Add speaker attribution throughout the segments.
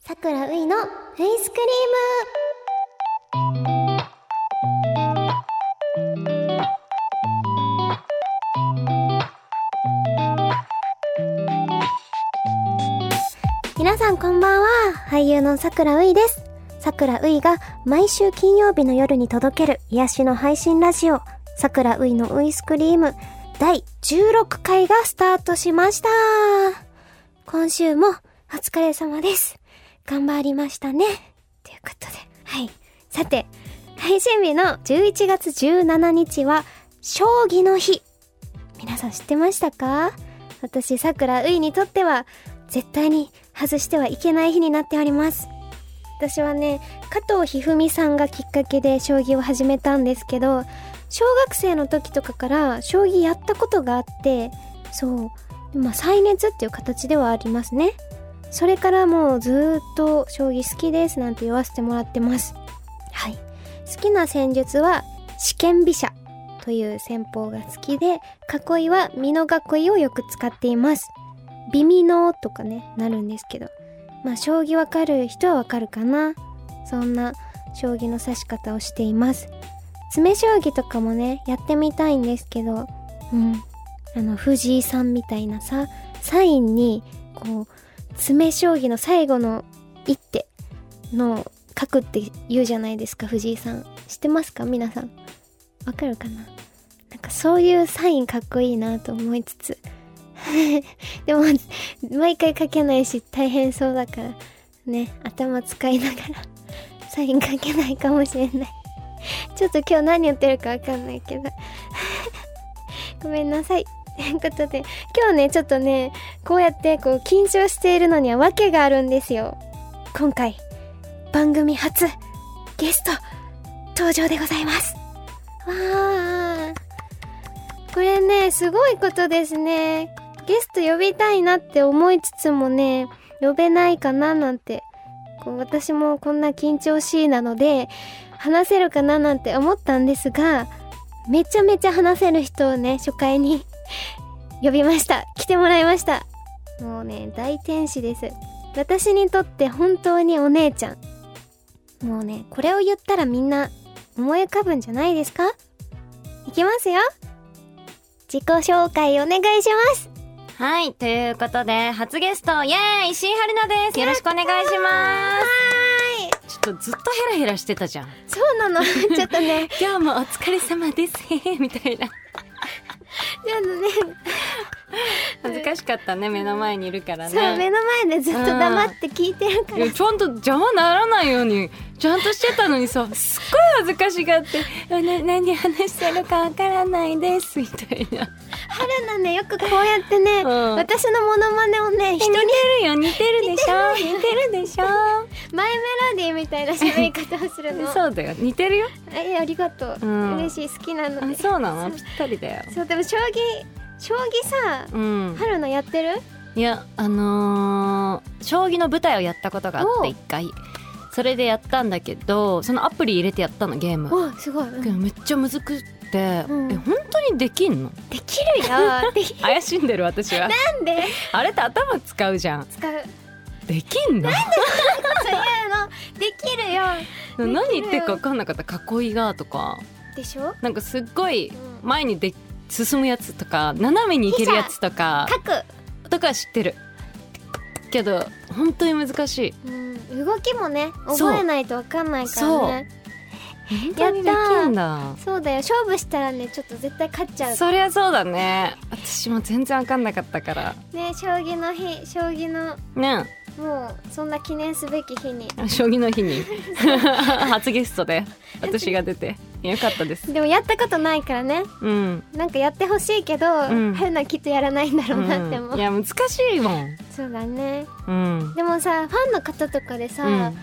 Speaker 1: さくらういのフェイスクリーム皆さんこんばんは俳優のさくらういですさくらういが毎週金曜日の夜に届ける癒しの配信ラジオさくらういのウイスクリーム第16回がスタートしました今週もお疲れ様です。頑張りましたね。ということで。はい。さて、配信日の11月17日は、将棋の日。皆さん知ってましたか私、桜ういにとっては、絶対に外してはいけない日になっております。私はね、加藤一二三さんがきっかけで将棋を始めたんですけど、小学生の時とかから将棋やったことがあって、そう、まあ、再熱っていう形ではありますね。それからもうずーっと将棋好きですなんて言わせてもらってます。はい。好きな戦術は試験飛車という戦法が好きで、囲いは美濃囲いをよく使っています。美美濃とかね、なるんですけど。まあ、将棋わかる人はわかるかな。そんな将棋の指し方をしています。詰将棋とかもね、やってみたいんですけど、うん。あの、藤井さんみたいなさ、サインに、こう、詰将棋の最後の一手の書くって言うじゃないですか藤井さん知ってますか皆さんわかるかななんかそういうサインかっこいいなと思いつつ でも毎回書けないし大変そうだからね頭使いながら サイン書けないかもしれないちょっと今日何言ってるかわかんないけど ごめんなさいということで今日ねちょっとねこうやってこう緊張しているのには訳があるんですよ。今回、番組初、ゲスト、登場でございます。わー。これね、すごいことですね。ゲスト呼びたいなって思いつつもね、呼べないかななんて、こう私もこんな緊張しいなので、話せるかななんて思ったんですが、めちゃめちゃ話せる人をね、初回に呼びました。来てもらいました。もうね、大天使です。私にとって本当にお姉ちゃん。もうね、これを言ったらみんな思い浮かぶんじゃないですかいきますよ。自己紹介お願いします。
Speaker 2: はい、ということで、初ゲスト、イエーイ石井春菜ですよろしくお願いします
Speaker 1: はーい。
Speaker 2: ちょっとずっとヘラヘラしてたじゃん。
Speaker 1: そうなの。 ちょっとね、
Speaker 2: 今日もお疲れ様です、へへ、みたい
Speaker 1: ち
Speaker 2: な。
Speaker 1: ょっとね、
Speaker 2: 恥ずかしかったね、目の前にいるから
Speaker 1: そう、目
Speaker 2: ね。
Speaker 1: の前でずっと黙って聞いてるか
Speaker 2: い
Speaker 1: ら
Speaker 2: や。ちゃんと邪魔ならないようにちゃんとしてたのにさすっごい恥ずかしが って「あな何話してるかわからないです」みたいな
Speaker 1: 春菜ね、よくこうやってね、
Speaker 2: うん
Speaker 1: 私のモノマネをね、人に
Speaker 2: 似てるよ似てるでしょ 似てるでしょ
Speaker 1: マイメロディーみたいな喋り方をするの。
Speaker 2: そうだよ似てるよ
Speaker 1: え、ありがとう。
Speaker 2: うん
Speaker 1: 嬉しい、好きなの
Speaker 2: あ
Speaker 1: で。
Speaker 2: そうなのぴったりだよ
Speaker 1: そうでも将棋将棋さ
Speaker 2: うん
Speaker 1: 春菜やってる
Speaker 2: いやあのー将棋の舞台をやったことがあっ
Speaker 1: おう
Speaker 2: て一回それでやったんだけどそのアプリ入れてやったのゲーム
Speaker 1: おすごい、うん
Speaker 2: け
Speaker 1: で
Speaker 2: どめっちゃむずくって、
Speaker 1: うん
Speaker 2: え本当にできんの
Speaker 1: きる よでき
Speaker 2: 怪しんでる私は
Speaker 1: なんで
Speaker 2: あれって頭使うじゃん
Speaker 1: 使う
Speaker 2: できんの
Speaker 1: そういうのできるよ
Speaker 2: 何言ってるか分かんなかった囲いがとか
Speaker 1: でしょ
Speaker 2: なんかすっごい
Speaker 1: うん
Speaker 2: 前にで進むやつとか斜めに行けるやつとか
Speaker 1: 書く、
Speaker 2: とかは知ってるけど本当に難しい
Speaker 1: うん、動きもね
Speaker 2: そう
Speaker 1: 覚えないとわかんないからね当
Speaker 2: 本当
Speaker 1: に
Speaker 2: に
Speaker 1: で
Speaker 2: で
Speaker 1: きん
Speaker 2: きんだ
Speaker 1: そうだよ勝負したらねちょっと絶対勝っちゃう
Speaker 2: そりゃそうだね私も全然分かんなかったから
Speaker 1: ね将棋の日将棋の
Speaker 2: ね
Speaker 1: もうそんな記念すべき日に
Speaker 2: 将棋の日 に初ゲストで私が出てよかったです
Speaker 1: でもやったことないからね
Speaker 2: うん、
Speaker 1: なんかやってほしいけど、
Speaker 2: ん
Speaker 1: 春菜きっとやらないんだ
Speaker 2: う
Speaker 1: ろうなって思う、
Speaker 2: ん、いや難しいもん
Speaker 1: そうだね
Speaker 2: うん
Speaker 1: でもさファンの方とかでさ、
Speaker 2: うん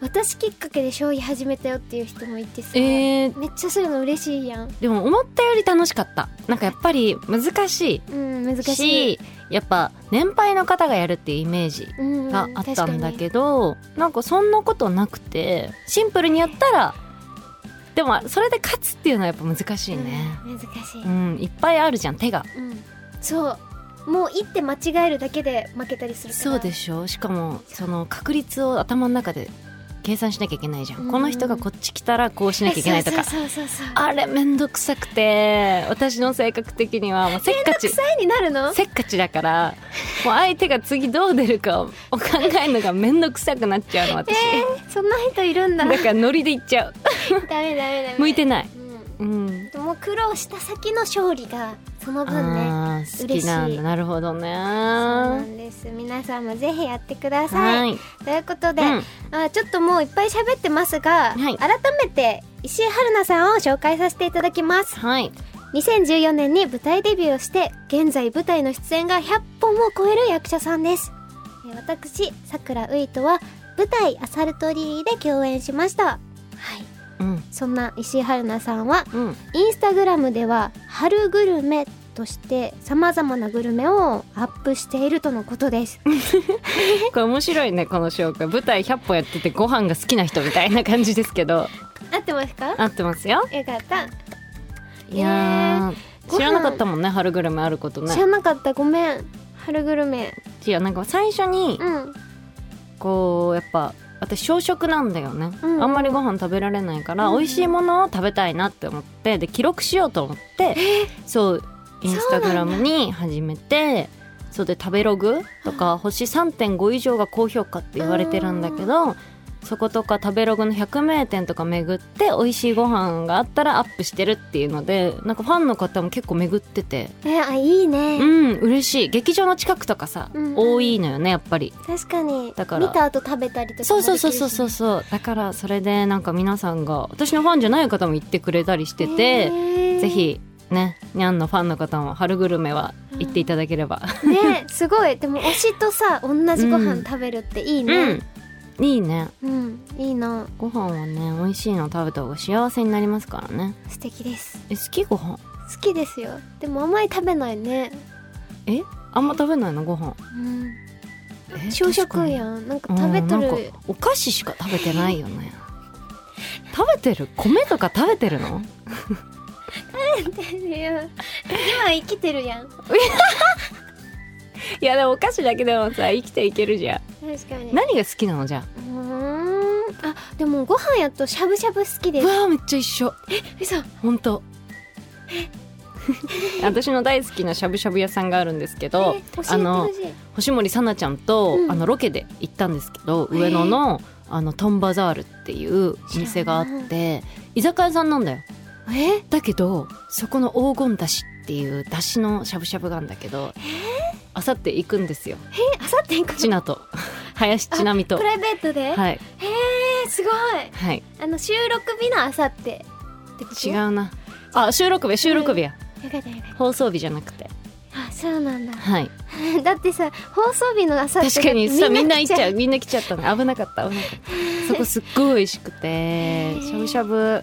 Speaker 1: 私きっかけで将棋始めたよっていう人もいてさ、
Speaker 2: えー、
Speaker 1: めっちゃそういうの嬉しいやん
Speaker 2: でも思ったより楽しかったなんかやっぱり難し
Speaker 1: うん難
Speaker 2: い
Speaker 1: しい
Speaker 2: しやっぱ年配の方がやるっていうイメージ
Speaker 1: うん、
Speaker 2: があったんだけど、なんかそんなことなくてシンプルにやったらでもそれで勝つっていうのはやっぱ難しい
Speaker 1: 確かに
Speaker 2: ね、
Speaker 1: うん難しい、
Speaker 2: うん、いっぱいあるじゃん手が
Speaker 1: うんそうもう一手間違えるだけで負けたりするから
Speaker 2: そうでしょしかもその確率を頭の中で計算しなきゃいけないじゃん、この人がこっち来たらこうしなきゃいけないとか
Speaker 1: そうそうそうそう
Speaker 2: あれめんどくさくて私の性格的にはもうせっかち
Speaker 1: 臭いになるの
Speaker 2: せっかちだからもう相手が次どう出るかを考えるのがめんどくさくなっちゃうの私、
Speaker 1: えー、そんな人いるんだ
Speaker 2: だ
Speaker 1: ダメ
Speaker 2: からノリでいっちゃう
Speaker 1: ダメダメ
Speaker 2: 向いてない、
Speaker 1: うん
Speaker 2: うん、
Speaker 1: でも苦労した先の勝利がその分ね
Speaker 2: あー好きなん
Speaker 1: 嬉しい
Speaker 2: だなるほど
Speaker 1: そうな
Speaker 2: ね
Speaker 1: んです皆さんもぜひやってくださ
Speaker 2: はいい、
Speaker 1: ということ
Speaker 2: う
Speaker 1: で、
Speaker 2: ん、
Speaker 1: あちょっともういっぱい喋ってますが、
Speaker 2: はい
Speaker 1: 改めて石井春菜さんを紹介させていただきます
Speaker 2: はい
Speaker 1: 2014年に舞台デビューをして現在舞台の出演が100本を超える役者さんですえー私さくらういとは舞台「アサルトリリー」で共演しましたはい
Speaker 2: うん
Speaker 1: そんな石井春菜さんは
Speaker 2: うん
Speaker 1: インスタグラムでは「春グルメ」としてさまざまなグルメをアップしているとのことです
Speaker 2: これ面白いねこの紹介舞台100歩やっててご飯が好きな人みたいな感じですけ ど
Speaker 1: 合ってますか
Speaker 2: 合ってますよ
Speaker 1: よかった
Speaker 2: いやー
Speaker 1: ご飯
Speaker 2: 知らなかったもんね春グルメあることね
Speaker 1: 知らなかったごめん春グルメ
Speaker 2: いやなんか最初に
Speaker 1: うん
Speaker 2: こうやっぱ私小食なんだよね、
Speaker 1: うん
Speaker 2: あんまりご飯食べられないから、
Speaker 1: うん
Speaker 2: 美味しいものを食べたいなって思ってで記録しようと思って、そうインスタグラムに始めてそうで食べログとか星3.5以上が高評価って言われてるんだけど、そことか食べログの100名店とか巡って美味しいご飯があったらアップしてるっていうのでなんかファンの方も結構巡ってて
Speaker 1: えあいいね、
Speaker 2: うん嬉しい劇場の近くとかさ、
Speaker 1: うん
Speaker 2: 多いのよねやっぱり
Speaker 1: 確かに
Speaker 2: だから
Speaker 1: 見た後食べたりとか
Speaker 2: そ
Speaker 1: も
Speaker 2: う
Speaker 1: でき
Speaker 2: そう
Speaker 1: るし
Speaker 2: そうそうそうそうだからそれでなんか皆さんが私のファンじゃない方も言ってくれたりして
Speaker 1: へ
Speaker 2: て、
Speaker 1: ー
Speaker 2: ぜひねにゃんのファンの方も春グルメは行っていただければ、
Speaker 1: ねすごいでも推しとさ同じご
Speaker 2: う
Speaker 1: 飯
Speaker 2: ん
Speaker 1: 食べるっていい
Speaker 2: うん、
Speaker 1: ね
Speaker 2: いいね
Speaker 1: うん、いいな
Speaker 2: ご飯はね美味しいの食べた方が幸せになりますからね
Speaker 1: 素敵です
Speaker 2: え好きご飯
Speaker 1: 好きですよでもあんまり食べないね
Speaker 2: えあんま食べないのご飯
Speaker 1: うん
Speaker 2: え
Speaker 1: 小
Speaker 2: 確か
Speaker 1: 食
Speaker 2: に
Speaker 1: やんなんか食べと
Speaker 2: うん
Speaker 1: る
Speaker 2: なんかお菓子しか食べてないよね食べてる米とか食べてるの
Speaker 1: いや今生きてるやん確
Speaker 2: いやでもお菓子だけでもさ生きていけるじゃん
Speaker 1: かに
Speaker 2: 何が好きなのじゃあ
Speaker 1: うーんあでもご飯やとしゃぶしゃぶ好きで
Speaker 2: う
Speaker 1: す
Speaker 2: わーめっちゃ一緒
Speaker 1: 嘘
Speaker 2: 本当 私の大好きなしゃぶしゃぶ屋さんがあるんですけど
Speaker 1: え教えて
Speaker 2: あの
Speaker 1: ほしい
Speaker 2: 星森さなちゃんと、
Speaker 1: うん
Speaker 2: あのロケで行ったんですけど上野の,、あのトンバザールっていうお店があって居酒屋さんなんだよ
Speaker 1: え
Speaker 2: だけどそこの黄金だしっていうだしのしゃぶしゃぶがあるんだけどあさって行くんですよ
Speaker 1: あさって行く
Speaker 2: ちなと林ちなみと
Speaker 1: プ。ライベートで、
Speaker 2: はい、
Speaker 1: えーすごい
Speaker 2: はい、
Speaker 1: あの収録日のあさってってこと
Speaker 2: 違うなあ収録日収録日や、
Speaker 1: よかったよかっ
Speaker 2: 放送日じゃなくて
Speaker 1: たあそうなんだ
Speaker 2: はい
Speaker 1: だってさ放送日のあさって
Speaker 2: 確かに さみんな行っちゃう
Speaker 1: う
Speaker 2: みんな来ちゃったね危なかった危なか ったそこすっごい美味しくて
Speaker 1: ー
Speaker 2: しゃぶしゃぶ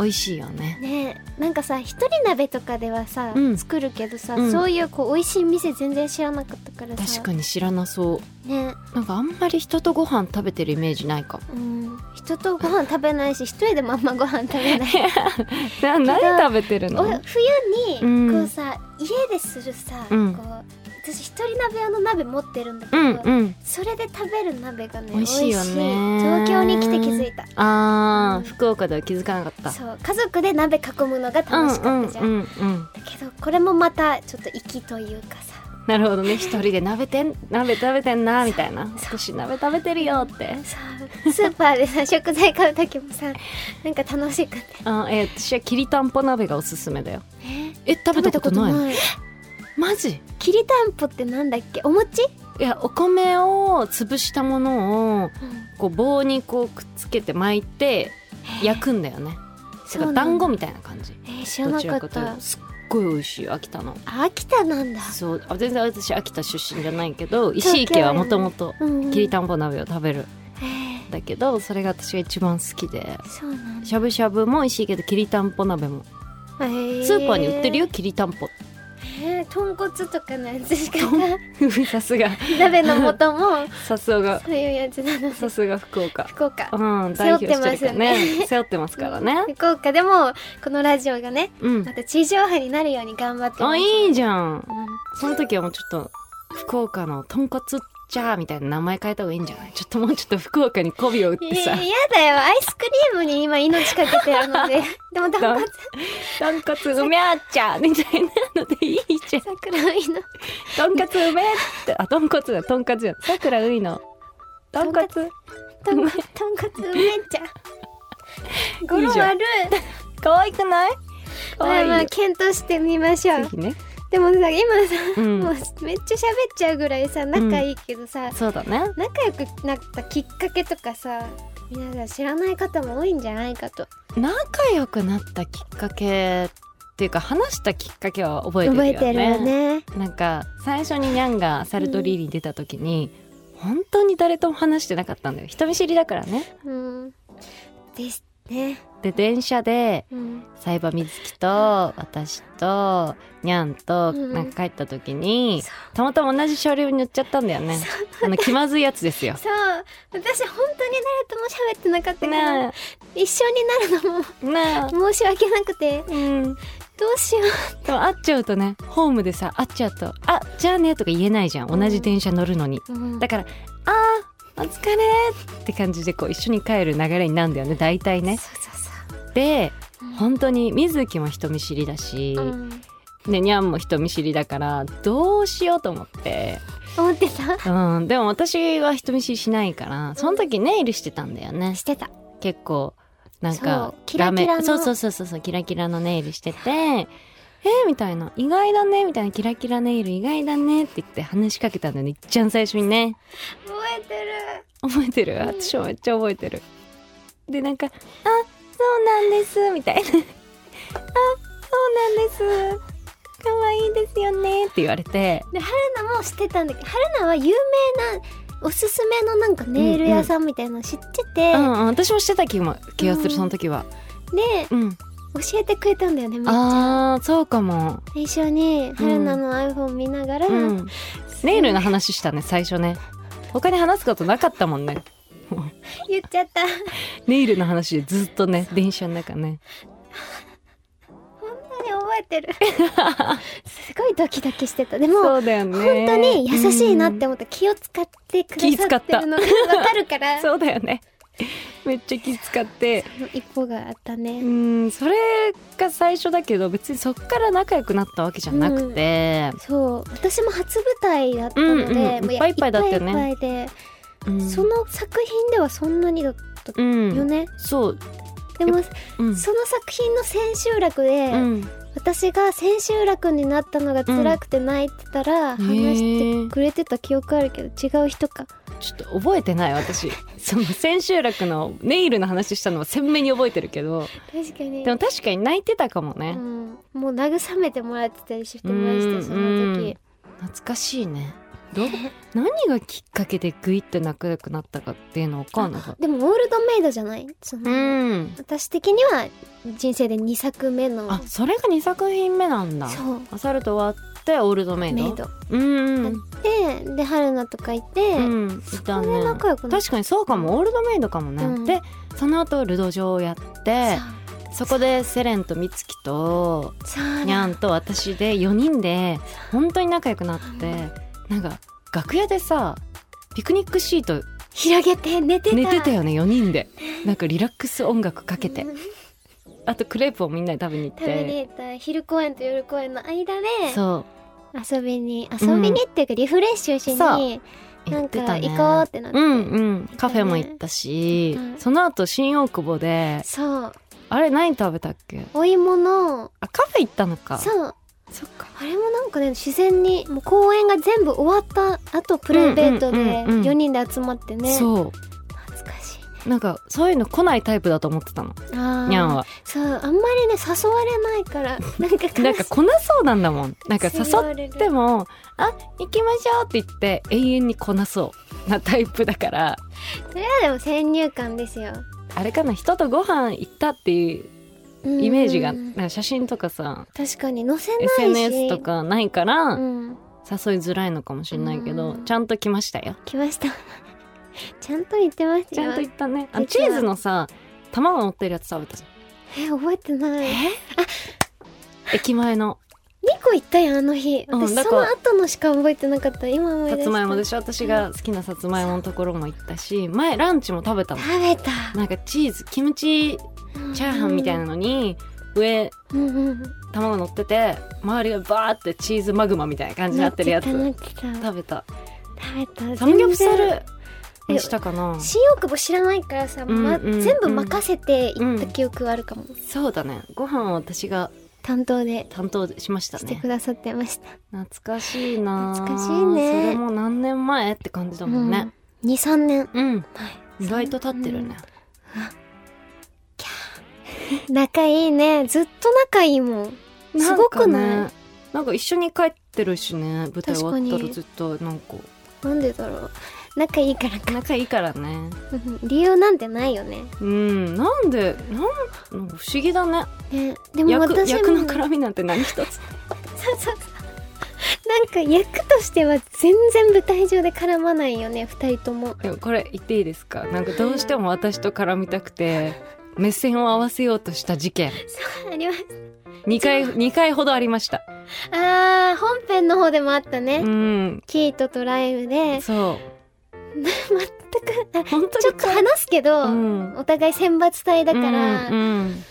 Speaker 2: 美味しいよね
Speaker 1: ねえなんかさ一人鍋とかではさ、
Speaker 2: うん
Speaker 1: 作るけどさ、
Speaker 2: うん
Speaker 1: そういうこう美味しい店全然知らなかったからさ
Speaker 2: 確かに知らなそう
Speaker 1: にね
Speaker 2: なんかあんまり人とご飯食べてるイメージないかも
Speaker 1: うん人とご飯食べないし一人でもあんまご飯食べない
Speaker 2: な何食べてる
Speaker 1: お
Speaker 2: の
Speaker 1: 冬
Speaker 2: うん
Speaker 1: にこうさ、家でするさ、
Speaker 2: うん
Speaker 1: こう私一人鍋用の鍋持ってるんだけ
Speaker 2: う
Speaker 1: ど、
Speaker 2: んうん
Speaker 1: それで食べる鍋がね
Speaker 2: 美味しいよ
Speaker 1: 美味し
Speaker 2: ね
Speaker 1: い東京に来て気づいた
Speaker 2: あー、
Speaker 1: うん
Speaker 2: 福岡では気づかなかった
Speaker 1: そう家族で鍋囲むのが楽しかったじゃん,、
Speaker 2: うんうんうんうん
Speaker 1: だけどこれもまたちょっと粋というかさ
Speaker 2: なるほどね一人で鍋てん鍋食べてんなみたいな
Speaker 1: そう
Speaker 2: 少し鍋食べてるよって
Speaker 1: そうスーパーでさ食材買う時も さなんか楽しくて
Speaker 2: あえー私はきりたんぽ鍋がおすすめだよ
Speaker 1: え
Speaker 2: え食べたことない
Speaker 1: い
Speaker 2: マジ
Speaker 1: きりたんぽってなんだっけお餅、
Speaker 2: いやお米を潰したものをこう棒にこうくっつけて巻いて焼くんだよねだ
Speaker 1: そ
Speaker 2: か
Speaker 1: うな
Speaker 2: ら
Speaker 1: んだ
Speaker 2: 団子みたいな感じ
Speaker 1: えー知らなかっ
Speaker 2: どちら
Speaker 1: た
Speaker 2: というとすっごい美味しいよ秋田の
Speaker 1: あ秋田なんだ
Speaker 2: そうあ全然私秋田出身じゃないけど石井家はもともと
Speaker 1: うんうん
Speaker 2: きりたんぽ鍋を食べるん
Speaker 1: えー
Speaker 2: だけどそれが私が一番好きで
Speaker 1: そうなんだ
Speaker 2: しゃぶしゃぶも美味しいけどきりたんぽ鍋も
Speaker 1: えー
Speaker 2: スーパーに売ってるよきりたんぽ
Speaker 3: えー、豚骨とかのやつしか
Speaker 2: とんさすが
Speaker 3: 鍋の素も
Speaker 2: さすが
Speaker 3: そういうやつなの
Speaker 2: さすが福岡
Speaker 3: 福岡
Speaker 2: うん
Speaker 3: 背
Speaker 2: 代
Speaker 3: 負っ
Speaker 2: 表
Speaker 3: て
Speaker 2: し
Speaker 3: ま
Speaker 2: てる
Speaker 3: す
Speaker 2: か
Speaker 3: よね
Speaker 2: らね背負ってますから ね
Speaker 3: 福岡でもこのラジオがね
Speaker 2: うん
Speaker 3: また地上波になるように頑張ってます
Speaker 2: あいいじゃん
Speaker 3: うん
Speaker 2: その時はもうちょっと福岡の豚骨じゃーみたいな名前変えた方がいいんじゃないちょっともうちょっと福岡に媚びを打っ
Speaker 3: え
Speaker 2: て
Speaker 3: ー、
Speaker 2: さ
Speaker 3: やだよアイスクリームに今命かけてるの ででも
Speaker 2: だ
Speaker 3: 豚骨
Speaker 2: 豚骨うめあっちゃーみたい なのでいいじゃん
Speaker 3: 桜海の
Speaker 2: とんかつうめえってあとんこつだとんかつやさくらういのとんかつ
Speaker 3: 豚骨豚骨めっちゃ 語呂
Speaker 2: いいじゃ
Speaker 3: 悪い
Speaker 2: 可愛くない可
Speaker 3: まあ
Speaker 2: 愛い
Speaker 3: まあ
Speaker 2: よ
Speaker 3: 検討してみましょ
Speaker 2: ぜ
Speaker 3: う
Speaker 2: ひね
Speaker 3: でもさ今さ、
Speaker 2: うん
Speaker 3: もうめっちゃ喋っちゃうぐらいさ仲いいけどさ、
Speaker 2: そうだね
Speaker 3: 仲良くなったきっかけとかさ皆さん知らない方も多いんじゃないかと
Speaker 2: 仲良くなったきっかけっていうか話したきっかけは覚えてる
Speaker 1: 覚えて
Speaker 2: よね
Speaker 1: るよね。
Speaker 2: なんか最初にニャンがサルトリーに出た時に、本当に誰とも話してなかったんだよ人見知りだからね
Speaker 3: うん
Speaker 1: ですね。
Speaker 2: で電車で
Speaker 3: うん
Speaker 2: サイバみずきと私とニャンと
Speaker 3: うん
Speaker 2: なんか帰った時に、
Speaker 3: そ
Speaker 2: たまたま同じ車両に乗っちゃったんだよねあの気まずいやつですよ
Speaker 3: そう私本当に誰とも喋ってなかったから、
Speaker 2: ね
Speaker 3: 一緒になるのも
Speaker 2: えね
Speaker 3: 申し訳なくて
Speaker 2: えうん
Speaker 3: どうしよ
Speaker 2: でも会っちゃうとねホームでさ会っちゃうと「あじゃあね」とか言えないじゃん同じ電車乗るのに、
Speaker 3: う、
Speaker 2: だから「あーお疲れ」って感じでこう一緒に帰る流れになるんだよね大体ね
Speaker 3: そうそうそ
Speaker 2: で
Speaker 3: うん
Speaker 2: 本当に水木も人見知りだし、
Speaker 3: う、うん、
Speaker 2: ねにゃんも人見知りだからどうしようと思って、
Speaker 3: 思ってた
Speaker 2: うん、でも私は人見知りしないからその時ネイルしてたんだよね
Speaker 3: してた
Speaker 2: 結構なん
Speaker 3: そ
Speaker 2: か
Speaker 3: うキラキラの
Speaker 2: ラメそうそうそうそうそうキラキラのネイルしてて えー、みたいな意外だねみたいなキラキラネイル意外だねって言って話しかけたんだよねいっちゃん最初にね
Speaker 3: 覚えてる
Speaker 2: 覚えてる私もめっちゃ覚えてるでなんか「あそうなんです」みたい な「あそうなんです」可愛いですよねって言われて
Speaker 3: で春菜もしてたんだけど春
Speaker 1: は有名なおすすめのなんかネイル屋さんみたいなの知ってて、
Speaker 2: うん、うん、私もしてた気も気がす
Speaker 3: う
Speaker 2: る
Speaker 3: ん
Speaker 2: その時は
Speaker 1: で
Speaker 2: うん
Speaker 1: 教えてくれたんだよねめっちゃ
Speaker 2: ああそうかも
Speaker 1: 一緒に春菜の iPhone 見ながら、
Speaker 2: うんネイルの話したね最初ね他に話すことなかったもんね
Speaker 3: 言っちゃった
Speaker 2: ネイルの話でずっとね電車の中ね
Speaker 3: 本当に覚えてる
Speaker 1: すごいドキドキしてたでも
Speaker 2: うだよ
Speaker 1: 本
Speaker 2: ね
Speaker 1: 当に優しいなって思った、気を使ってくださってるのがわかるか
Speaker 2: う
Speaker 1: ら
Speaker 2: ん そうだよねめっちゃ気使って
Speaker 1: その一歩があった
Speaker 2: う
Speaker 1: ね、
Speaker 2: んそれが最初だけど別にそっから仲良くなったわけじゃなくて、
Speaker 1: そう私も初舞台だったので、
Speaker 2: うんうん
Speaker 1: も
Speaker 2: いっぱいいっぱいだったよ
Speaker 1: い
Speaker 2: ね
Speaker 1: っぱいいっぱいで、
Speaker 2: うん
Speaker 1: その作品ではそんなにだった
Speaker 2: うん
Speaker 1: よね、
Speaker 2: そう、
Speaker 1: でも、
Speaker 2: うん
Speaker 1: その作品の千秋楽で、
Speaker 2: うん
Speaker 1: 私が千秋楽になったのが辛くて泣いてたら、
Speaker 2: うん
Speaker 1: 話
Speaker 2: へ
Speaker 1: して
Speaker 2: ー
Speaker 1: くれてた記憶あるけど違う人か
Speaker 2: ちょっと覚えてない 私その千秋楽のネイルの話したのは鮮明に覚えてるけど
Speaker 3: 確かに
Speaker 2: でも確かに泣いてたかもね、
Speaker 3: うん、もう慰めてもらってたりしてましたその時
Speaker 2: 懐かしいねど何がきっかけでグイッと仲良くなったかっていうのわかんなかっ
Speaker 1: でもオールドメイドじゃないその、
Speaker 2: たうん
Speaker 1: 私的には人生で2作目の
Speaker 2: あそれが2作品目なんだ
Speaker 1: そう
Speaker 2: アサルト終わってオールドメイド
Speaker 1: メイド
Speaker 2: うんう
Speaker 1: で
Speaker 2: ん
Speaker 1: で春菜とかいて、
Speaker 2: うんいたね
Speaker 1: 仲良くなっ
Speaker 2: 確かにそうかもオールドメイドかもね、
Speaker 1: うん
Speaker 2: でその後ルド城をやってそこでセレンとミツキと
Speaker 1: そうそう
Speaker 2: ニャンと私で4人で本当に仲良くなってなんか楽屋でさピクニックシート
Speaker 3: 広げて寝てた
Speaker 2: 寝てたよね4人でなんかリラックス音楽かけてあとクレープをみんなで食べに行っ
Speaker 3: 食べ
Speaker 2: て
Speaker 3: に行った昼公演と夜公演の間で
Speaker 2: そ
Speaker 1: 遊びに遊びにっていうかリフレッシュしに、
Speaker 2: う
Speaker 1: な
Speaker 2: 行
Speaker 1: ん
Speaker 2: って
Speaker 1: か
Speaker 2: たね
Speaker 1: 行こうってなって、
Speaker 2: うんうんカフェも行ったし、
Speaker 1: うん
Speaker 2: その後新大久保で
Speaker 1: そう
Speaker 2: あれ何食べたっけ
Speaker 1: お芋の
Speaker 2: あカフェ行ったのか
Speaker 1: そう
Speaker 2: そっか
Speaker 1: あれもなんかね自然にもう公演が全部終わったあとプライベートで
Speaker 2: うんうんうんうん
Speaker 1: 4人で集まってね、
Speaker 2: そ
Speaker 1: 懐かしいう
Speaker 2: なんかそういうの来ないタイプだと思ってたの
Speaker 1: あー
Speaker 2: にゃんは
Speaker 1: そうあんまりね誘われないからなんか
Speaker 2: なんか来なそうなんだもんなんか誘
Speaker 3: っ
Speaker 2: っても「あ行きましょう」って言って永遠に来なそうなタイプだから
Speaker 1: それはでも先入観ですよ
Speaker 2: あれかな人とご飯行ったっていうイメージが、
Speaker 1: うん
Speaker 2: なんか写真とかさ
Speaker 1: 確かに載せないし
Speaker 2: SNS とかないから
Speaker 1: うん
Speaker 2: 誘いづらいのかもしれないけど、
Speaker 1: うん
Speaker 2: ちゃんと来ましたよ
Speaker 1: 来ました ちゃんと言ってまし
Speaker 2: ち
Speaker 1: た
Speaker 2: ゃん
Speaker 1: よ
Speaker 2: と言ったねあ
Speaker 1: 実は
Speaker 2: のチーズのさ卵乗ってるやつ食べたじ
Speaker 1: え覚えてない2
Speaker 2: えゃん駅前の
Speaker 1: 個行ったやんあの日
Speaker 2: うん
Speaker 1: 私
Speaker 2: だ
Speaker 1: そ
Speaker 2: から
Speaker 1: の後のしか覚えてなかった今思い出し
Speaker 2: さ
Speaker 1: た
Speaker 2: つまいもでしょ私が好きなさつまいものところも行ったし前ランチも食べたの
Speaker 1: 食べた
Speaker 2: なんかチーズキムチチャーハンみたいなのに上
Speaker 1: うんうん
Speaker 2: 卵乗ってて周りがバーってチーズマグマみたいな感じになってるやつ
Speaker 1: なってたなってた
Speaker 2: 食べた
Speaker 1: 食べた
Speaker 2: サムギョプサ
Speaker 1: 全然
Speaker 2: ルにしたかな
Speaker 3: 新大久保知らないからさ、ま
Speaker 2: うんうんうん
Speaker 3: 全部任せて行った記憶はあるかも、
Speaker 2: そうだねご飯を私が
Speaker 1: 担当で
Speaker 2: 担当しました
Speaker 1: して
Speaker 2: ね
Speaker 1: くださってました
Speaker 2: 懐かしいな
Speaker 1: 懐かしいね
Speaker 2: それも何年前って感じだもんね
Speaker 1: うん23年
Speaker 2: うん、
Speaker 1: 前
Speaker 2: 意外と経ってるね
Speaker 1: 仲いいねずっと仲いいもんうんすごくない
Speaker 2: んかねなんか一緒に帰ってるしね舞台終わった
Speaker 1: 確からに
Speaker 2: ずっとなんか
Speaker 1: なんでだろう仲いいからか
Speaker 2: 仲いいからね
Speaker 1: うん理由なんてないよね
Speaker 2: うんなんでなんなんか不思議だね
Speaker 1: ねでも
Speaker 2: 役
Speaker 1: 私も
Speaker 2: 役の絡みなんて何一つ
Speaker 1: そうそうそうなんか役としては全然舞台上で絡まないよね二人とも
Speaker 2: でもこれ言っていいですかなんかどうしても私と絡みたくて 目線を合わせようとした事件
Speaker 1: そうあります
Speaker 2: 2回二回ほどありました
Speaker 1: あー本編の方でもあったね、
Speaker 2: うん
Speaker 1: キートとライムで
Speaker 2: そ
Speaker 1: 全
Speaker 2: う本当
Speaker 1: く
Speaker 2: に
Speaker 1: ちょっと話すけど、
Speaker 2: うん
Speaker 1: お互い選抜隊だから、
Speaker 2: うんうん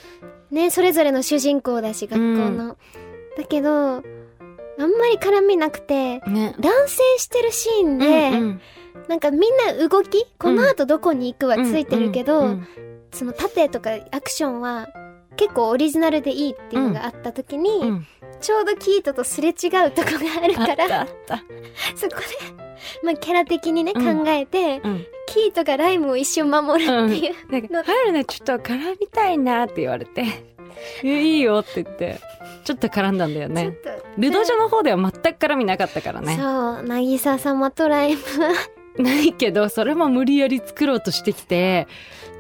Speaker 1: ねそれぞれの主人公だし学校の、だけどあんまり絡みなくて
Speaker 2: ね
Speaker 1: 男性してるシーンで、
Speaker 2: うんうん
Speaker 1: なんかみんな動きこの後どこに行くは
Speaker 2: うん
Speaker 1: ついてるけど、
Speaker 2: うんうん
Speaker 1: その盾とかアクションは結構オリジナルでいいっていうのがあった時に、
Speaker 2: うん
Speaker 1: ちょうどキートとすれ違うとこがある
Speaker 2: あ
Speaker 1: か
Speaker 2: ったあ
Speaker 1: ら
Speaker 2: った、
Speaker 1: そこで、まあ、キャラ的にね、
Speaker 2: うん
Speaker 1: 考えて
Speaker 2: うん、
Speaker 1: キートがライムを一瞬守るっていう、
Speaker 2: なんか春菜ちょっと絡みたいなって言われて「えいいよ」って言ってちょっと絡んだんだよね
Speaker 1: ちょっと
Speaker 2: ルドジョの方では全く絡みなかったからね
Speaker 1: そう渚様とライムは
Speaker 2: ないけどそれも無理やり作ろうとしてきて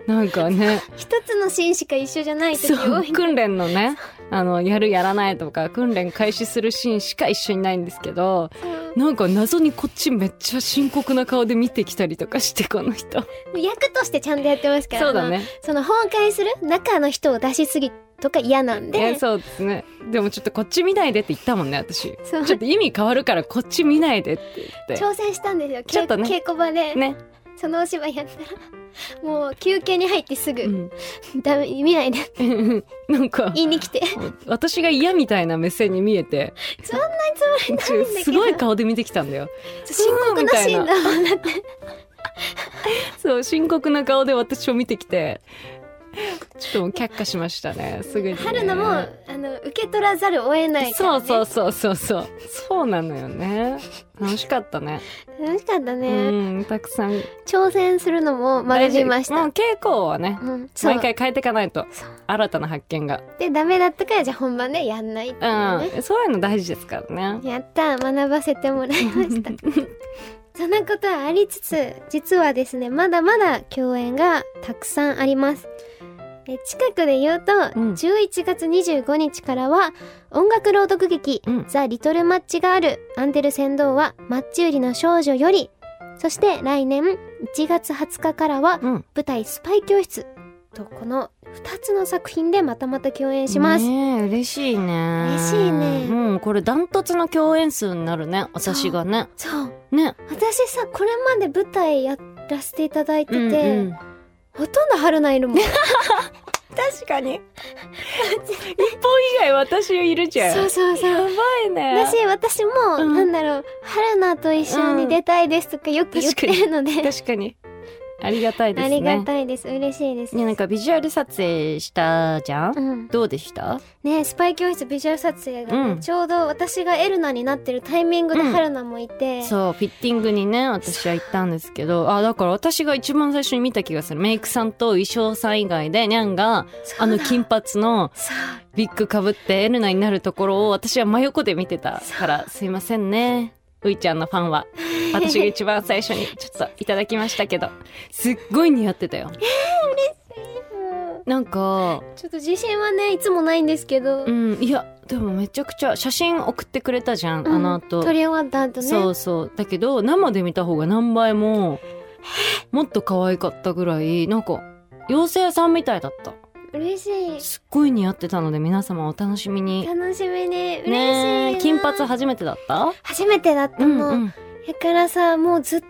Speaker 2: なんかね
Speaker 1: 一つのシーンしか一緒じゃない時
Speaker 2: そ
Speaker 1: 多
Speaker 2: う
Speaker 1: いね
Speaker 2: 訓練のねあのやるやらないとか訓練開始するシーンしか一緒にないんですけどなんか謎にこっちめっちゃ深刻な顔で見てきたりとかしてこの人
Speaker 1: うん役としてちゃんとやってますから
Speaker 2: そうだね
Speaker 1: その崩壊する中の人を出しすぎとか嫌なん
Speaker 2: え
Speaker 1: で
Speaker 2: そうですねでもちょっとこっち見ないでって言ったもんね私
Speaker 1: そう
Speaker 2: ちょっと意味変わるからこっち見ないでって言って
Speaker 1: 挑戦したんですよ
Speaker 2: ちょっとね
Speaker 1: 稽古場で、
Speaker 2: ね、
Speaker 1: そのお芝居やったらもう休憩に入ってすぐ、
Speaker 2: うん、
Speaker 1: ダメ見ないでって
Speaker 2: なん か
Speaker 1: 言いに来て
Speaker 2: 私が嫌みたいな目線に見えて
Speaker 1: そんなつもりないんだけど
Speaker 2: すごい顔で見てきたんだよ
Speaker 1: 深刻なシーンだもんだって
Speaker 2: そう深刻な顔で私を見てきてちょっともう却下しましたねすぐにね、
Speaker 1: 春菜もあの受け取らざるを得ないから、
Speaker 2: そう
Speaker 1: ね、
Speaker 2: そうそうそうそうそうなのよね楽しかったね
Speaker 1: 楽しかったね、
Speaker 2: うんたくさん
Speaker 1: 挑戦するのも学びまし
Speaker 2: もう
Speaker 1: た、
Speaker 2: 稽古はね
Speaker 1: うん、そう
Speaker 2: 毎回変えていかないと
Speaker 1: そう
Speaker 2: 新たな発見が
Speaker 1: でダメだったからじゃあ本番でやんないっていうね、
Speaker 2: うんそういうの大事ですからね
Speaker 1: やった学ばせてもらいました そんなことはありつつ実はですねまだまだ共演がたくさんありますえ近くで言うと、
Speaker 2: うん
Speaker 1: 11月25日からは音楽朗読劇
Speaker 2: うん
Speaker 1: ザ・リトル・マッチがあるアンデルセン童話マッチ売りの少女よりそして来年1月20日からは
Speaker 2: うん
Speaker 1: 舞台スパイ教室とこの2つの作品でまたまた共演します、
Speaker 2: ねえ嬉しいね
Speaker 1: 嬉しいね
Speaker 2: うんこれダントツの共演数になるね私がね
Speaker 1: そう
Speaker 2: ね
Speaker 1: 私さこれまで舞台やらせていただいてて、
Speaker 2: うんうん
Speaker 1: ほとんど春菜いるもん
Speaker 2: 確かに一本以外私いるじゃん
Speaker 1: そうそうそう
Speaker 2: やばいね
Speaker 1: だし私も、
Speaker 2: うん
Speaker 1: なんだろう春菜と一緒に出たいですとかよく言ってるので、
Speaker 2: 確かにありがたいで
Speaker 1: あ
Speaker 2: す
Speaker 1: り
Speaker 2: ね
Speaker 1: がたいです嬉しいです、
Speaker 2: ねなんかビジュアル撮影したじゃん、
Speaker 1: うん、
Speaker 2: どうでした
Speaker 1: ねスパイ教室ビジュアル撮影がね、
Speaker 2: うん
Speaker 1: ちょうど私がエルナになってるタイミングで
Speaker 2: うん
Speaker 1: 春菜もいて、
Speaker 2: そうフィッティングにね私は行ったんですけどあだから私が一番最初に見た気がするメイクさんと衣装さん以外でニャンが
Speaker 1: そうだ
Speaker 2: あの金髪の
Speaker 1: そう
Speaker 2: ビッグかぶってエルナになるところを私は真横で見てたからすいませんねういちゃんのファンは私が一番最初にちょっといただきましたけどすっごい似合ってたよなんか
Speaker 1: ちょっと自信はねいつもないんですけど、
Speaker 2: うんいやでもめちゃくちゃ写真送ってくれたじゃん、
Speaker 1: うん
Speaker 2: あの後
Speaker 1: 撮り終わった後ね
Speaker 2: そうそうだけど生で見た方が何倍ももっと可愛かったぐらいなんか妖精さんみたいだった
Speaker 1: 嬉しい
Speaker 2: すっごい似合ってたので皆様お楽しみに
Speaker 1: 楽しみに嬉しいな、
Speaker 2: ねえ金髪初めてだった
Speaker 1: 初めてだった
Speaker 2: うん
Speaker 1: の、
Speaker 2: うん
Speaker 1: だからさもうずっと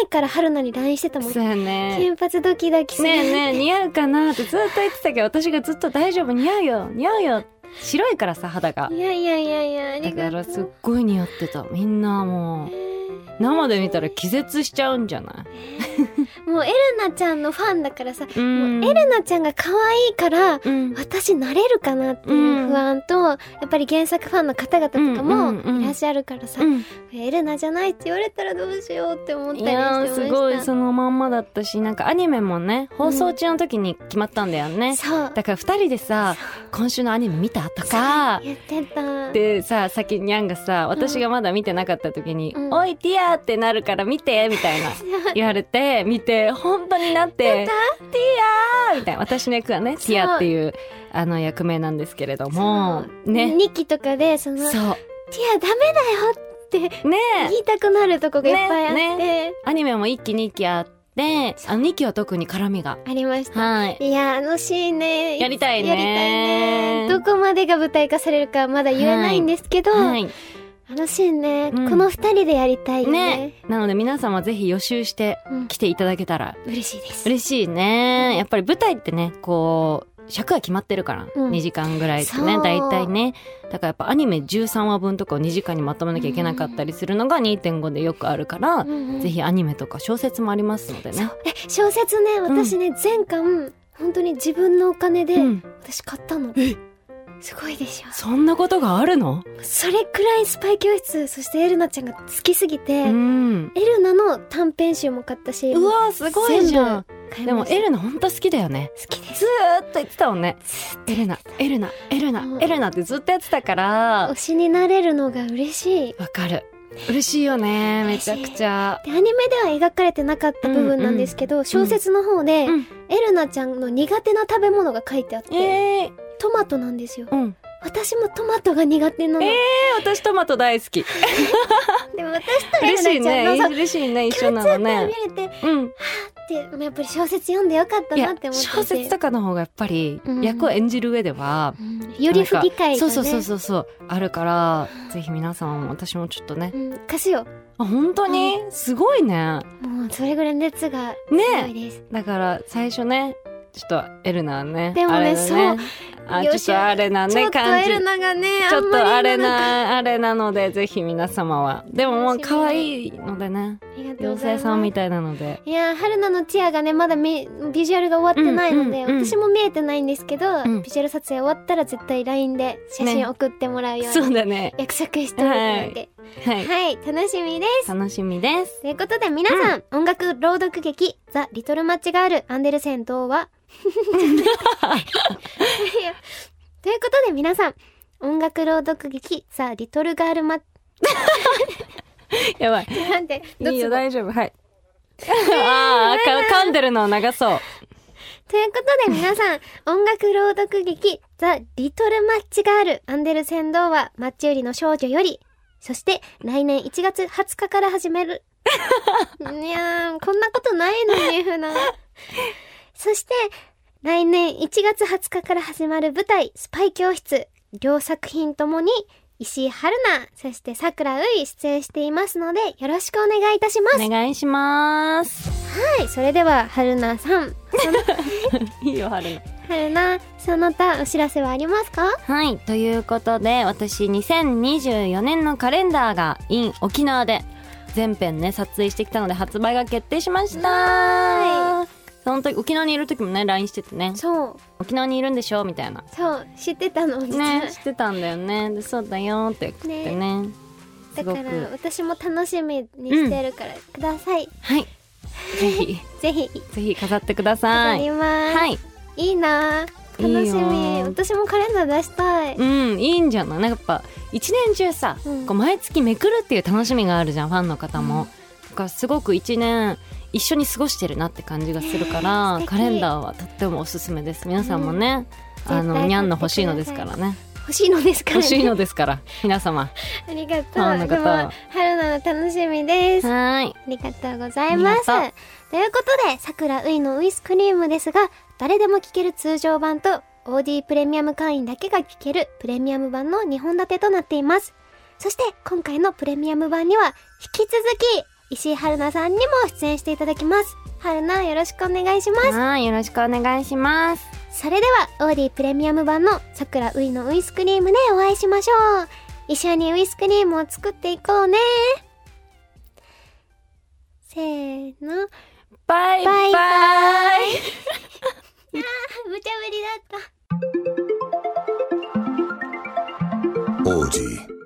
Speaker 1: 前から春菜に LINE してたもん
Speaker 2: そうやね
Speaker 1: 金髪ドキドキする
Speaker 2: ねえねえ似合うかなってずっと言ってたけど私がずっと大丈夫似合うよ似合うよ白いからさ肌が
Speaker 1: いやいやいやいやあり
Speaker 2: だ
Speaker 1: が
Speaker 2: か
Speaker 1: とう
Speaker 2: らすっごい似合ってたみんなもう生で見たら気絶しちゃうんじゃない
Speaker 1: もうエレナちゃんのファンだからさ、
Speaker 2: う
Speaker 1: も
Speaker 2: ん
Speaker 1: うエレナちゃんが可愛いから
Speaker 2: うん
Speaker 1: 私なれるかなっていう不安と、やっぱり原作ファンの方々とか
Speaker 2: うんうん
Speaker 1: も
Speaker 2: うん
Speaker 1: いらっしゃるからさ、
Speaker 2: うん
Speaker 1: エレナじゃないって言われたらどうしようって思ったり
Speaker 2: い
Speaker 1: して
Speaker 2: や
Speaker 1: まし
Speaker 2: ー
Speaker 1: た
Speaker 2: すごいそのまんまだったしなんかアニメもね放送中の時に決まったんだよね、
Speaker 1: そう
Speaker 2: だから2人でさ「今週のアニメ見た?」とか
Speaker 1: 言ってた
Speaker 2: でさ先にニャンがさ私がまだ見てなかった時に「
Speaker 1: うん
Speaker 2: おいティア!」ってなるから見てみたいな 言われて見て本当になって「ティア!」みたいな私の役はねテ
Speaker 1: そう
Speaker 2: ィアっていうあの役名なんですけれどもね
Speaker 1: 2期とかでその「ティ
Speaker 2: そ
Speaker 1: アダメだよ」って
Speaker 2: うねえ
Speaker 1: 言いたくなるとこがいっぱいあって、
Speaker 2: ねアニメも1期2期あってあの2期は特に絡みが
Speaker 1: ありました。
Speaker 2: はい
Speaker 1: いやあのシーンね
Speaker 2: やりたいね
Speaker 1: やりたいねどこまでが舞台化されるかまだ言えないんですけど、
Speaker 2: はい
Speaker 1: あのシーンね、
Speaker 2: うん
Speaker 1: この二人でやりたいよね
Speaker 2: ねなので皆様ぜひ予習して
Speaker 1: うん
Speaker 2: 来ていただけたら
Speaker 1: 嬉しいです
Speaker 2: 嬉しいねやっぱり舞台ってねこう尺が決まってるから、
Speaker 1: うん
Speaker 2: 2時間ぐらいで
Speaker 1: そう
Speaker 2: ね大体ねだからやっぱアニメ13話分とかを2時間にまとめなきゃいけなかったりするのが2.5でよくあるから、
Speaker 1: うんうん
Speaker 2: ぜひアニメとか小説もありますのでね。
Speaker 1: え小説ね
Speaker 2: ん
Speaker 1: 私ね、前巻本当に自分のお金で、
Speaker 2: うん、
Speaker 1: 私買ったのすごいでしょ
Speaker 2: そんなことがあるの、
Speaker 1: それくらいスパイ教室そしてエルナちゃんが好きすぎて、
Speaker 2: うん、
Speaker 1: エルナの短編集も買ったし
Speaker 2: うわすごいじゃん
Speaker 1: 全部買い
Speaker 2: でも
Speaker 1: ました
Speaker 2: エルナほんと好きだよね
Speaker 1: 好きです
Speaker 2: ずーっと言ってたもんねエルナエルナエルナ
Speaker 1: うん
Speaker 2: エルナってずっとやってたから
Speaker 1: 推しになれるのが嬉しい
Speaker 2: わかる嬉しいよねめちゃくちゃ
Speaker 1: でアニメでは描かれてなかった部分なんですけど、小説の方で、
Speaker 2: うん
Speaker 1: エルナちゃんの苦手な食べ物が書いてあって、
Speaker 2: えー、
Speaker 1: トマトなんですよ
Speaker 2: うん
Speaker 1: 私もトマトが苦手なの、
Speaker 2: え私トマト大好き
Speaker 1: でも私 とエ
Speaker 2: 嬉
Speaker 1: ル
Speaker 2: しい
Speaker 1: ナちゃんの
Speaker 2: ね
Speaker 1: さ
Speaker 2: 嬉しいね一緒
Speaker 1: 共
Speaker 2: な
Speaker 1: 通
Speaker 2: の
Speaker 1: 点見
Speaker 2: ね
Speaker 1: れて、
Speaker 2: うん
Speaker 1: ってやっぱり小説読んでよかった
Speaker 2: い
Speaker 1: な
Speaker 2: や
Speaker 1: って思ってて
Speaker 2: 小説とかの方がやっぱり
Speaker 1: うん
Speaker 2: 役を演じる上では、
Speaker 1: うんより不理解が、ね、
Speaker 2: そうそうそうそうそうあるからぜひ皆さんも私もちょっとね
Speaker 1: うん歌詞を
Speaker 2: あ本当にすごいね
Speaker 1: もうそれぐらい熱が強い
Speaker 2: ね
Speaker 1: です、
Speaker 2: だから最初ねちょっとエルナはね
Speaker 1: でもね
Speaker 2: あれだ
Speaker 1: そう
Speaker 2: あち
Speaker 1: よ
Speaker 2: ょ
Speaker 1: し
Speaker 2: っとあれな
Speaker 1: ちょ
Speaker 2: ね
Speaker 1: っと
Speaker 2: 感
Speaker 1: エ
Speaker 2: じ
Speaker 1: ルナがね
Speaker 2: ちょっとあれ
Speaker 1: んま
Speaker 2: な、あれなので、ぜひ皆様は。でももう可愛いのでね、
Speaker 1: りなんか
Speaker 2: 妖精さんみ
Speaker 1: た
Speaker 2: たいなので。
Speaker 1: いやー春菜のチアがねまだみビジュアルが終わってないので、
Speaker 2: うんうんうん
Speaker 1: 私も見えてないんですけど、
Speaker 2: うん
Speaker 1: ビジュアル撮影終わったら絶対 LINE で写真
Speaker 2: ね
Speaker 1: 送ってもらうよう
Speaker 2: そ
Speaker 1: に
Speaker 2: うだね。
Speaker 1: 約束しておいてので、
Speaker 2: はい。
Speaker 1: はい、楽しみです。
Speaker 2: 楽しみです。
Speaker 1: ということで皆さん、音楽朗読劇、ザ・リトル・マッチ・ガール、アンデルセン童 話。ということで皆さん、音楽朗読劇、ザ・リトル・ガール・マッチ、
Speaker 2: やばい。
Speaker 1: なんて、
Speaker 2: い
Speaker 1: どっ
Speaker 2: い
Speaker 1: ち
Speaker 2: よ、
Speaker 1: も
Speaker 2: 大丈夫。はい。 ああ、か噛んでるのを流そう。
Speaker 1: ということで皆さん、 音楽朗読劇、ザ・リトル・マッチ・ガール、アンデルセン童話、マッチ売りの少女より、そして来年1月20日から始める。 いやー、こんなことないのに、ふな。 そして、来年1月20日から始まる舞台、スパイ教室、両作品ともに、石井春菜、そして桜うい出演していますので、よろしくお願いいたします。
Speaker 2: お願いします。
Speaker 1: はい、それでは、春菜さん、
Speaker 2: いいよ、春菜。
Speaker 1: はるな、その他お知らせはありますか
Speaker 2: はい。ということで、私、2024年のカレンダーが in 沖縄で、全編ね、撮影してきたので、発売が決定しました。その時、沖縄にいる時もね、LINE しててね、
Speaker 1: そう、
Speaker 2: 沖縄にいるんでしょみたいな。
Speaker 1: そう、知ってたの、実は。
Speaker 2: ね、知ってたんだよね。でそうだよって送ってね。
Speaker 1: だ
Speaker 2: す
Speaker 1: か
Speaker 2: ご
Speaker 1: ら
Speaker 2: く。
Speaker 1: 私も楽しみにしてるから、ください。
Speaker 2: はい。ぜひ、
Speaker 1: ぜひ、
Speaker 2: ぜひ飾ってくだ
Speaker 1: 飾
Speaker 2: さい。
Speaker 1: ります。
Speaker 2: はい。
Speaker 1: いいな楽
Speaker 2: いい
Speaker 1: しみ
Speaker 2: よ
Speaker 1: 私もカレンダー出したい。
Speaker 2: うん、いいんじゃないなんかやっぱ、一年中さ、
Speaker 1: うん
Speaker 2: こう毎月めくるっていう楽しみがあるじゃん、ファンの方も。だからすごく一年、一緒に過ごしてるなって感じがするから、
Speaker 1: えー素敵
Speaker 2: カレンダーはとってもおすすめです皆さんもね、
Speaker 1: うん絶対買って
Speaker 2: あ
Speaker 1: くださ
Speaker 2: の
Speaker 1: い
Speaker 2: ニャンの欲しいのですからね
Speaker 1: 欲しいのですから、ね、
Speaker 2: 欲しいのですから 皆様
Speaker 1: ありがとう。
Speaker 2: ファンの
Speaker 1: で
Speaker 2: 方
Speaker 1: も春菜の楽しみです。あ
Speaker 2: はい
Speaker 1: りがとうございます。と
Speaker 2: ありが
Speaker 1: いうことで、さくらういのウイスクリームですが、誰でも聞ける通常版と、OD プレミアム会員だけが聞けるプレミアム版の2本立てとなっています。そして、今回のプレミアム版には、引き続き、石井春菜さんにも出演していただきます。春菜、よろしくお願いします。
Speaker 2: はいよろしくお願いします
Speaker 1: それでは OD プレミアム版のさくらういのウイスクリームでお会いしましょう一緒にウイスクリームを作っていこうねせーの
Speaker 2: バイ
Speaker 1: バ
Speaker 2: バ
Speaker 1: イ
Speaker 2: イ
Speaker 1: バイ 無茶ぶりだった
Speaker 4: Audi.